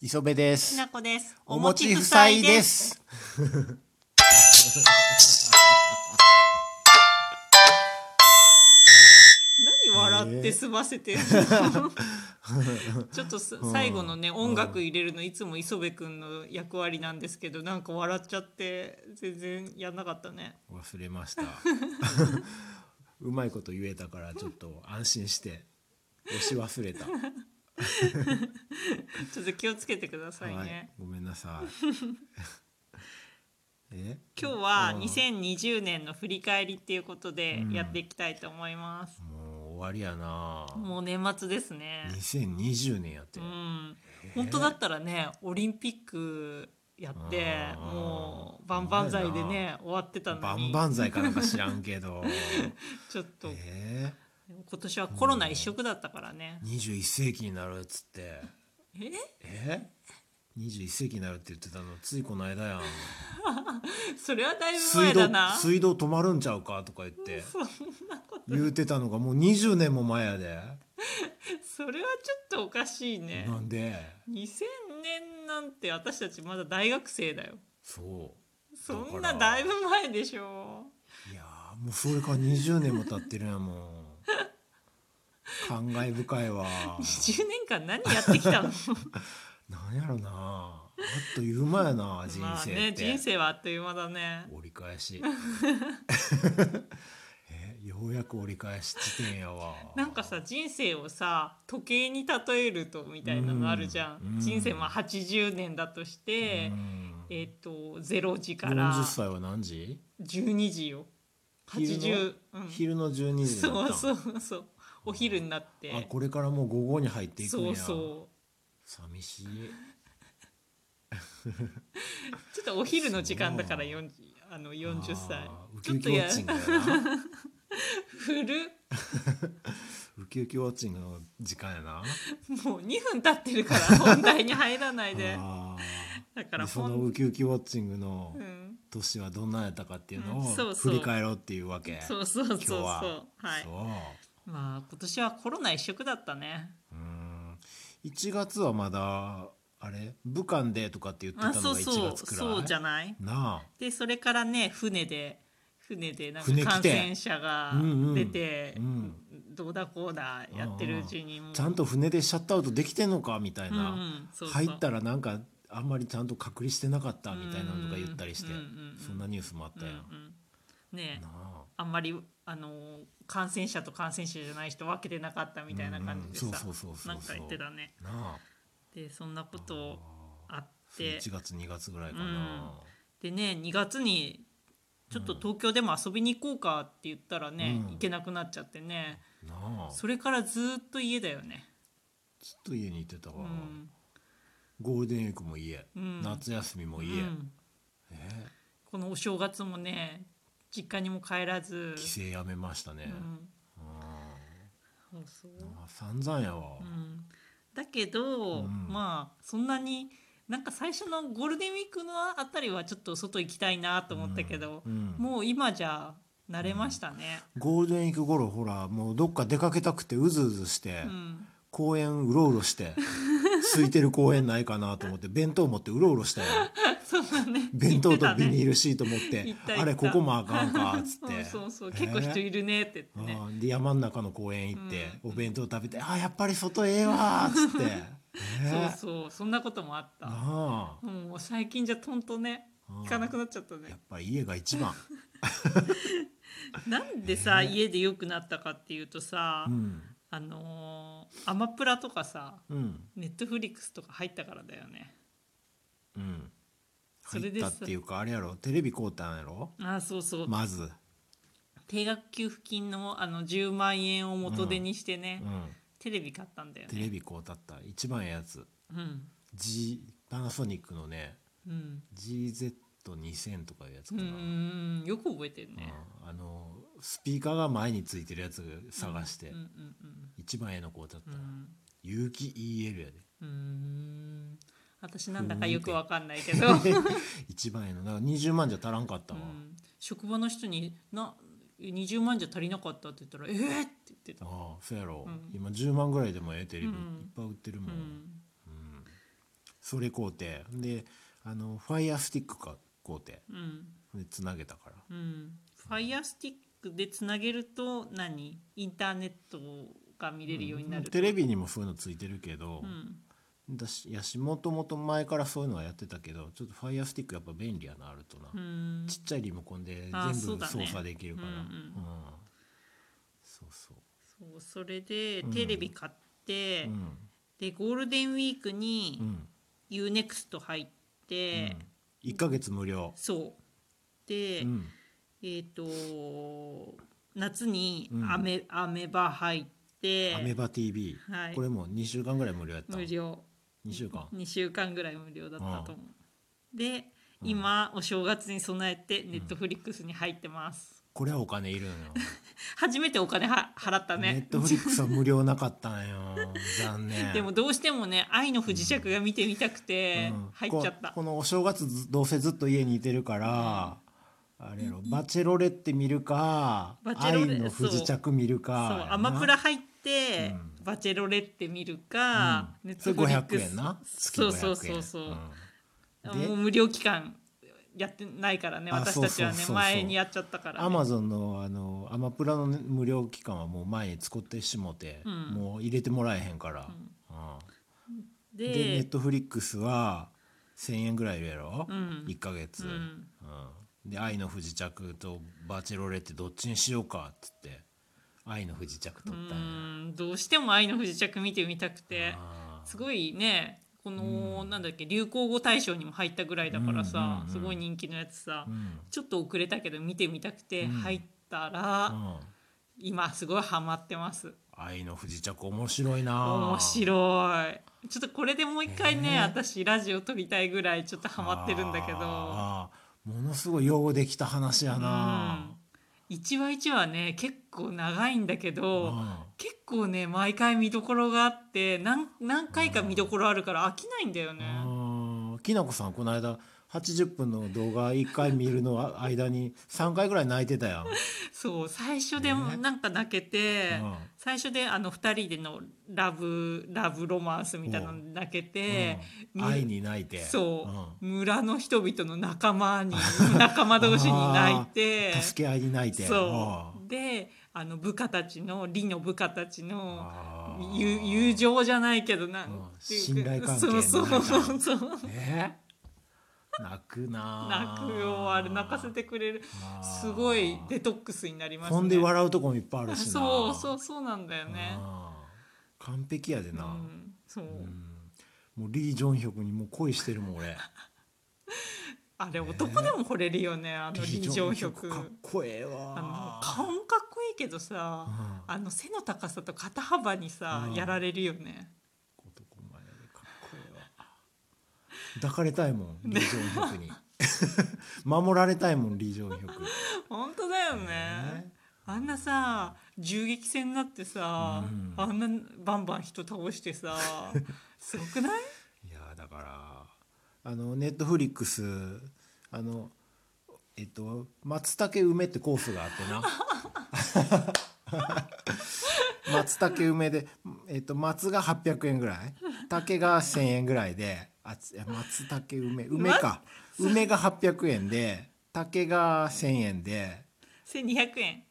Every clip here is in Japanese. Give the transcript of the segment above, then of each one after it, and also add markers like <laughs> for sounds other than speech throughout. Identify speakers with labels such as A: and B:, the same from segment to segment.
A: 磯部で
B: き
A: す
B: な。こです。
A: お餅夫妻で。す。
B: 何笑って済ませてる。 <laughs> ちょっとす最後のね音楽入れるのいつも磯部君の役割なんですけどなんか笑っちゃって全然やんなかったね。
C: 忘れました
A: <laughs>
C: うまいこと言えたからちょっと安心して押し忘れた、
B: ちょっと気をつけてくださいね。
C: はいごめんなさい <laughs> え
B: 今日は
C: うん
B: 2020年の振り返りっていうことで
C: うん
B: やっていきたいと思います。
C: もう終わりやな
B: もう年末ですね。
C: 2020年やって、
B: うん、本当だったらねオリンピックやって
C: あー
B: もう万々歳でね終わってたの
C: バ
B: に
C: ンバン剤かなんか知らんけ
B: <laughs>
C: ど
B: ちょっと
C: え
B: 今年はコロナ一色だったからね
C: ー、21世紀になるっつって
B: え
C: え21世紀になるって言ってたのついこの間やん
B: それはだいぶ
C: 水
B: 前
C: 道
B: だな
C: 水道止まるんちゃうかとか言って言うてたのがもう20年も前やで
B: それはちょっとおかしいね
C: なんで
B: 2000年なんて私たちまだ大学生だよ
C: そ
B: そん
C: だ
B: な
C: から
B: だいぶ前でしょ
C: ういやーもうそれから20年も経ってるやも
B: <laughs>
C: ん感慨深いわ
B: 20年間何やってき
C: <laughs>
B: たの
C: なんやろなあっという間やな人
B: まあ
C: 生
B: ね
C: って、
B: 人生はあっという間だね
C: 折り返し
B: <laughs>
C: えようやく折り返し地点やわ
B: なんかさ人生をさ時計に例えるとみたいなのあるじゃん、
C: うんうん
B: 人生まあ80年だとして、
C: うん
B: えっ、と0時から
C: 40歳は何時
B: 12時よ80、うん、
C: 昼の12時だった
B: そ
C: ん
B: うそうそうお昼になって
C: あこれからもう午後に入っていくん
B: そ
C: や
B: うそ
C: 寂しいう
B: ちょっとお昼の時間だから
C: そう
B: 40あの40歳
C: あーウ
B: ち
C: キ
B: ょ
C: ウ
B: っ
C: キ
B: と
C: ウォ
B: や
C: ッチングやな <laughs>
B: 古
C: ウキウキウォッチングの時間やな
B: もう2分経ってるか
C: <laughs>
B: ら本題に入らないで
C: あ
B: だか
C: ー
B: ら
C: でその
B: 本
C: ウキウキウォッチングの
B: うん
C: 年はどんなんやったかっていうの
B: うんそ
C: を
B: うそう
C: 振り返ろうっていうわけ、
B: そうそうそう
C: 今
B: そう
C: 日は
B: はい
C: そう
B: まあ今年はコロナ一色だったね
C: うーん1月はまだあれ武漢でとかって言ってた
B: あ
C: のが
B: そうそ
C: 1
B: う
C: 月くらい
B: そうじゃない
C: な
B: でそれからね船で船でなんか
C: 船来て
B: 感染者が
C: うんうん
B: 出て
C: うん
B: どうだこうだやってるうちにも
C: あ
B: う
C: ちゃんと船でシャットアウトできてんのかみたいな、
B: うんうんそうそう
C: 入ったらなんかあんまりちゃんと隔離してなかったみたいなのとか言ったりして、
B: うんうんうん
C: そんなニュースもあったやん、
B: うんうんねえ
C: なあ
B: あんまりあのー感染者と感染者じゃない人分けてなかったみたいな感じでさ
C: うんうんそうそうそうそうそう
B: なんか言ってたね
C: なあ
B: でそんなことあっ
C: そう
B: て
C: 1月2月ぐらいかな、
B: でね2月にちょっと東京でも遊びに行こうかって言ったらね、
C: うん
B: 行けなくなっちゃってね
C: なあず
B: それからずーっと家だよね
C: っと家にいてたわ、
B: うん
C: ゴールデンウィークも家、
B: うん
C: 夏休みも家、
B: うん
C: え
B: このお正月もね実家にも帰ら
C: ー、
B: ず
C: 帰省やめました
B: う
C: ね、
B: ん
C: うん
B: そうそう
C: あ散々やわ、
B: うんだけ
C: う
B: ど、
C: ん
B: まあそんなになんか最初のゴールデンウィークのあたりはちょっと外行きたいなと思ったけど、
C: うん
B: もう今じゃ慣れましたね。
C: ゴールデンウィーク頃ほらもうどっか出かけたくてうずうずして、
B: うん <laughs>
C: 公園うろうろして空いてる公園ないかなと思って弁当持ってうろうろしたよ
B: そうだね。
C: 弁当とビニー
B: ル
C: ルシート持って
B: 行った行った
C: あれここもあかんかっつって
B: <laughs> そうそうそう、結構人いるねって
C: え
B: 言ってね。
C: ーで山ん中の公園行って、お弁当食べてあーやっぱり外ええわーっ
B: <laughs>
C: つってえー
B: そうそう、そんなこともあっ
C: な
B: た。
C: あ
B: もう最近じゃとんとね、
C: うん
B: 行かなくなっちゃったね
C: やっ。ぱ家が一
B: <laughs>
C: 番、
B: なんでさ、家で良くなったかっていうとさ、
C: うん
B: あのーアマプラとかさ、
C: うん
B: ネットフリックスとか入ったからだよね。
C: うん、
B: それ
C: 入っ
B: でさ
C: たっていうかあれやろテレビ買うたんやろ
B: あそうそう、
C: まず、
B: 定額給付金のあの10万円を元手にしてね、
C: うん、
B: テレビ買ったんだよ
C: テ
B: ね
C: レビ買うたった一番ええやつ
B: うん、
C: G パナソニックのね
B: うん、
C: GZ2000 とかいうやつ
B: う
C: かな、
B: んよく覚えてるね、
C: うんあのスピーカーが前についてるやつ探して、
B: うん、うん
C: 一番ええのこうだった
B: うんう
C: ら
B: ん
C: 有機 EL やで
B: うーん私なんだかよくわかんないけど、
C: 一番ええのだから20万じゃ足らんかった
B: う
C: わ、
B: ん職場の人にな20万じゃ足りなかったって言ったら「えー!」って言ってた、
C: ああそうやろ、
B: うん
C: 今10万ぐらいでもええテレビいっ
B: うん
C: ぱい売ってるもん、
B: うん、
C: それ買うてであのファイアスティックか買うて
B: うん
C: でつなげたから
B: うんファイアスティックでつなげると何インターネットが見れるようになる
C: テレビにもそういうのついてるけど、
B: うん
C: だしいやしもともと前からそういうのはやってたけどちょっとファイアスティックやっぱ便利やなあるとな、
B: うん
C: ちっちゃいリモコンで
B: あー
C: 全
B: そう
C: 部
B: だ
C: 操
B: ね
C: 作できるから
B: うんうん
C: そうそう
B: そうそれでテレビ買って、
C: うん
B: でゴールデンウィーク
C: う
B: に
C: ん
B: UNEXT 入って、
C: 1ヶ月無料
B: そうで、
C: うん
B: えっ、と夏に
C: うん
B: アメ,、アメバ入って
C: アメバ TV
B: はい
C: これもう2週間ぐらい無料やった
B: 無
C: 2
B: 料
C: 週間
B: 2週間ぐらい無料だったと思う、で今、お正月に備えてネットフリックスに入ってます、
C: これはお金いるのよ
B: 初めてお金は払った
C: ネッ
B: ね
C: トフリックスは無料なかったんよ残念
B: <laughs> でもどうしてもね「愛の不時着」が見てみたくて
C: うん
B: 入っちゃった、
C: ここのお正月ずどうせずっと家にいてるから、あれやろバチェロレって見るか
B: バチェロ
C: 愛
B: レ
C: の不時着見るか
B: そう
C: やな
B: アマプラ入って、
C: うん
B: バチェロレって見るか、
C: うん
B: ネッ
C: それ
B: トフリッ
C: 500
B: クス
C: 円な月500
B: そう
C: 円
B: そうそうそう、
C: んで
B: もう無料期間やってないからね
C: あ
B: 私たちは
C: そうそう
B: ね
C: そうそう
B: 前にやっちゃったから、ね、
C: アマゾンのあのアマプラのね無料期間はもう前に使ってしもて、
B: うん
C: もう入れてもらえへんから、うんでネッ
B: で
C: トフリックスは1,000円ぐらいいるやろ、
B: うん
C: 1ヶ月、
B: うん
C: うんで「愛の不時着」と「バチェロレ」ってどっちにしようかっつって「愛の不時着」
B: う
C: 取ったんや
B: んどうしても「愛の不時着」見てみたくて
C: あー
B: すごいねこの、なんだっけ流行語大賞にも入ったぐらいだからさ、
C: うんうんうん
B: すごい人気のやつさ、
C: うん
B: ちょっと遅れたけど見てみたくて
C: うん
B: 入ったら、
C: うん
B: 今すごいハマってます
C: 愛の不時着面白いな
B: 面
C: い
B: 白いちょっとこれでもう一回ね、
C: へー
B: 私ラジオ撮りたいぐらいちょっとハマってるんだけど
C: ものすごいようできた話やな、
B: うん、1話1話ね結構長いんだけ
C: う
B: ど、
C: ん
B: 結構ね毎回見どころがあって何何回か見どころあるから飽きないんだよね。
C: あーきなこさんこの間80分の動画1回見るのは間に3回ぐらい泣いてたやん、
B: そう最初で
C: ね
B: もなんか泣けて、
C: うん
B: 最初であの2人でのラブラブロマンスみたいなの泣けて、
C: うん
B: み
C: 愛に泣いて
B: そう、村の人々の仲間に <laughs> 仲間同士に泣いて
C: <laughs> うん助け合いに泣いて
B: そうであの部下たちの李の部下たち
C: うん
B: の
C: あー
B: 友友情じゃないけどなん
C: うん
B: ていうか
C: 信頼関係
B: そうそ
C: の
B: う
C: 中
B: そうそう
C: ね泣くな
B: <laughs> 泣
C: ー
B: くよあれ泣かせてくれる
C: あー
B: すごいデトックスになりますね
C: ほんで笑うとこもいっぱいあるしな
B: <laughs> そうそうそうなんだよね
C: あー完璧やで
B: う
C: な、
B: んそう
C: もうリー・ジョンヒョクにもう恋してるもん俺
B: あれ男でも惚れるよねあの臨場曲
C: かっこええ
B: あ
C: わ
B: の顔もかっこいいけどさ
C: うん
B: あの背の高さと肩幅にさ
C: うん
B: やられるよね <laughs>
C: 男前でかっこええわ抱かれたいもんリー・ジョンヒョクに <laughs> 守られたいもんリー・ジョンヒョク
B: 本当だよね
C: ね
B: あんなさ銃撃戦になってさ
C: うん
B: あんなバンバン人倒してさすごくない <laughs>
C: いやーだからあのネットフリックスあのえっと松茸梅ってコースがあってな <laughs> 松茸梅で、えっと、松が800円ぐらい竹が1000円ぐらいであついや松茸梅梅
B: <laughs>
C: か梅が800円で竹が1000円で
B: 1200円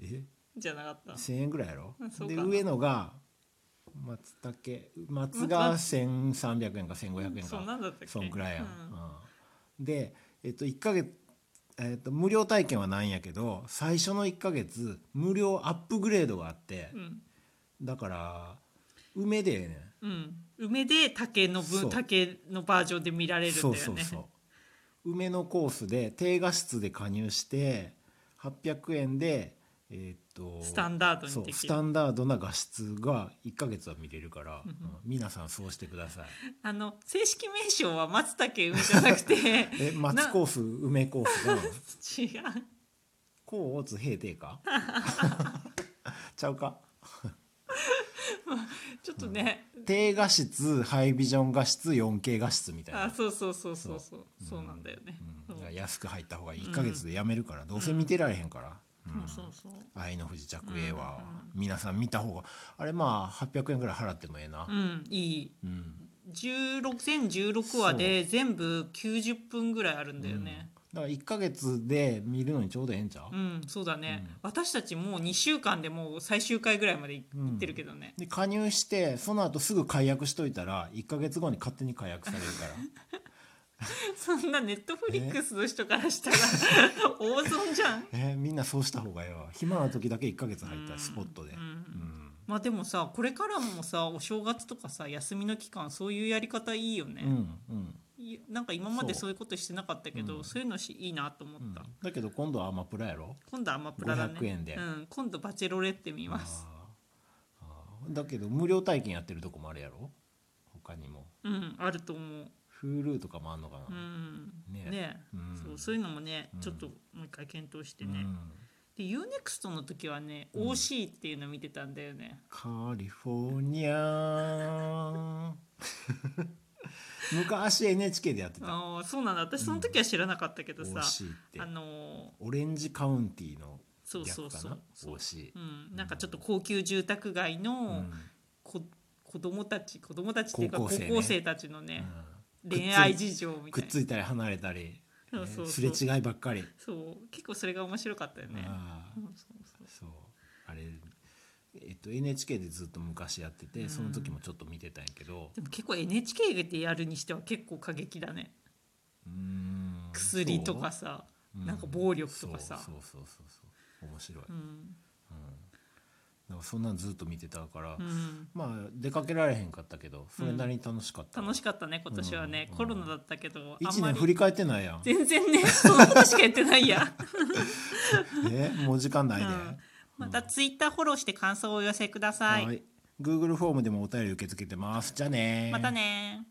C: え
B: じゃなかった
C: 1,000円ぐらいやろ
B: うんそう
C: で
B: かな
C: 上のが松茸松が1300円か1500円か
B: そんなんだったっけ
C: そんくらいやん、
B: うん
C: うんで、えっと、1ヶ月、えっと、無料体験はないんやけど最初の1ヶ月無料アップグレードがあって、
B: うん
C: だから梅でええねん
B: うん、梅で竹の
C: そ
B: 分
C: う
B: 竹のバージョンで見られるんだよ
C: そう
B: ね
C: そうそう梅のコースで低画質で加入して800円でえーっと
B: スタンダードにで
C: そ
B: き
C: う
B: る
C: スタンダードな画質が1ヶ月は見れるから、うん皆さんそうしてください
B: <laughs> あの正式名称は松茸梅じゃなくて <laughs>
C: え松コース梅コースが
B: 違う
C: 甲乙平定か <laughs> ちゃうか
B: ちょっとね、
C: 低画質ハイビジョン画質 4K 画質みたい
B: あ
C: な、
B: そうそうそうそうそうそうなんだよね、
C: う
B: そ
C: ん
B: う
C: だから安く入った方が1ヶ月でやめるから、どうせ見てられへんから、うん
B: そうそうそう
C: 愛の不時着絵は皆さん見た方があれまあ800円ぐらい払ってもええな
B: う、んいい
C: うん
B: 16全16話で全部90分ぐらいあるんだよね。
C: だから1ヶ月で見るのにちょうどええんちゃう、
B: うん、そうだね、私たちもう2週間でもう最終回ぐらいまでい行ってるけどね。
C: で加入してその後すぐ解約しといたら1ヶ月後に勝手に解約される
B: <laughs>
C: から
B: そんなネットフリックスの人からしたら大損じゃん。
C: えーみんなそうした方がええわ暇な時だけ1ヶ月入ったらスポットで、
B: まあでもさこれからもさお正月とかさ休みの期間そういうやり方いいよね、
C: うんうん
B: いなんか今までそういうことしてなかったけどそう,、
C: そう
B: いうのしいいなと思った、
C: だけど今度はアマプラやろ
B: 今度アマプラだね
C: 500円で
B: うん、今度バチェロレって見ます
C: だけど無料体験やってるとこもあるやろ他にも
B: うんあると思う
C: Hulu とかもあんのかな、
B: うん
C: ね
B: ね
C: えうん
B: そうそういうのもね、
C: ん
B: ちょっともう一回検討して
C: う
B: ね、
C: ん
B: で UNEXT の時はね、OC っていうの見てたんだよね
C: カリフォルニ
B: <laughs>
C: ア昔 NHK でやってた
B: ああそうなんだ私その時は知らなかったけどさ、
C: OC って
B: あの
C: オレンジカウンティの
B: そうそう
C: 略か
B: そ
C: な
B: うそう
C: OC
B: ー、うん、なんかちょっと高級住宅街のこ、子供たち子供たちっていうか
C: 高
B: 高
C: 校
B: 校
C: 生ね
B: 生たちの
C: う
B: ね、
C: ん
B: 恋愛事情み
C: く
B: たい
C: っ
B: な
C: ついたり離れたり
B: そう
C: ね
B: そう
C: す
B: そ
C: れ
B: う
C: 違いばっかり
B: そう結構それが面白かったよね
C: ああ
B: うんそうそう
C: そうあれえっと NHK でずっと昔やって
B: う
C: て
B: ん
C: その時もちょっと見てたんやけど
B: でも結構 NHK でやるにしては結構過激だね
C: うーん
B: 薬とかさ、
C: そう
B: なんか暴力とかさ
C: そうそうそうそうそう面白い、
B: うん
C: だからそんなんずっと見てたから、
B: うん
C: まあ出かけられへんかったけどそれなりに楽しかった、
B: 楽しかったね今年はね、
C: うん
B: コロナだったけどあん
C: 1
B: ま
C: 年振り
B: り
C: 返ってないやん
B: 全然ねそのことしかやってないや、
C: えもう時間な
B: う
C: いで、
B: ん、またツイッターフォローして感想をお寄せください、
C: はい Google フォームでもお便り受け付けてますじゃあねー
B: またね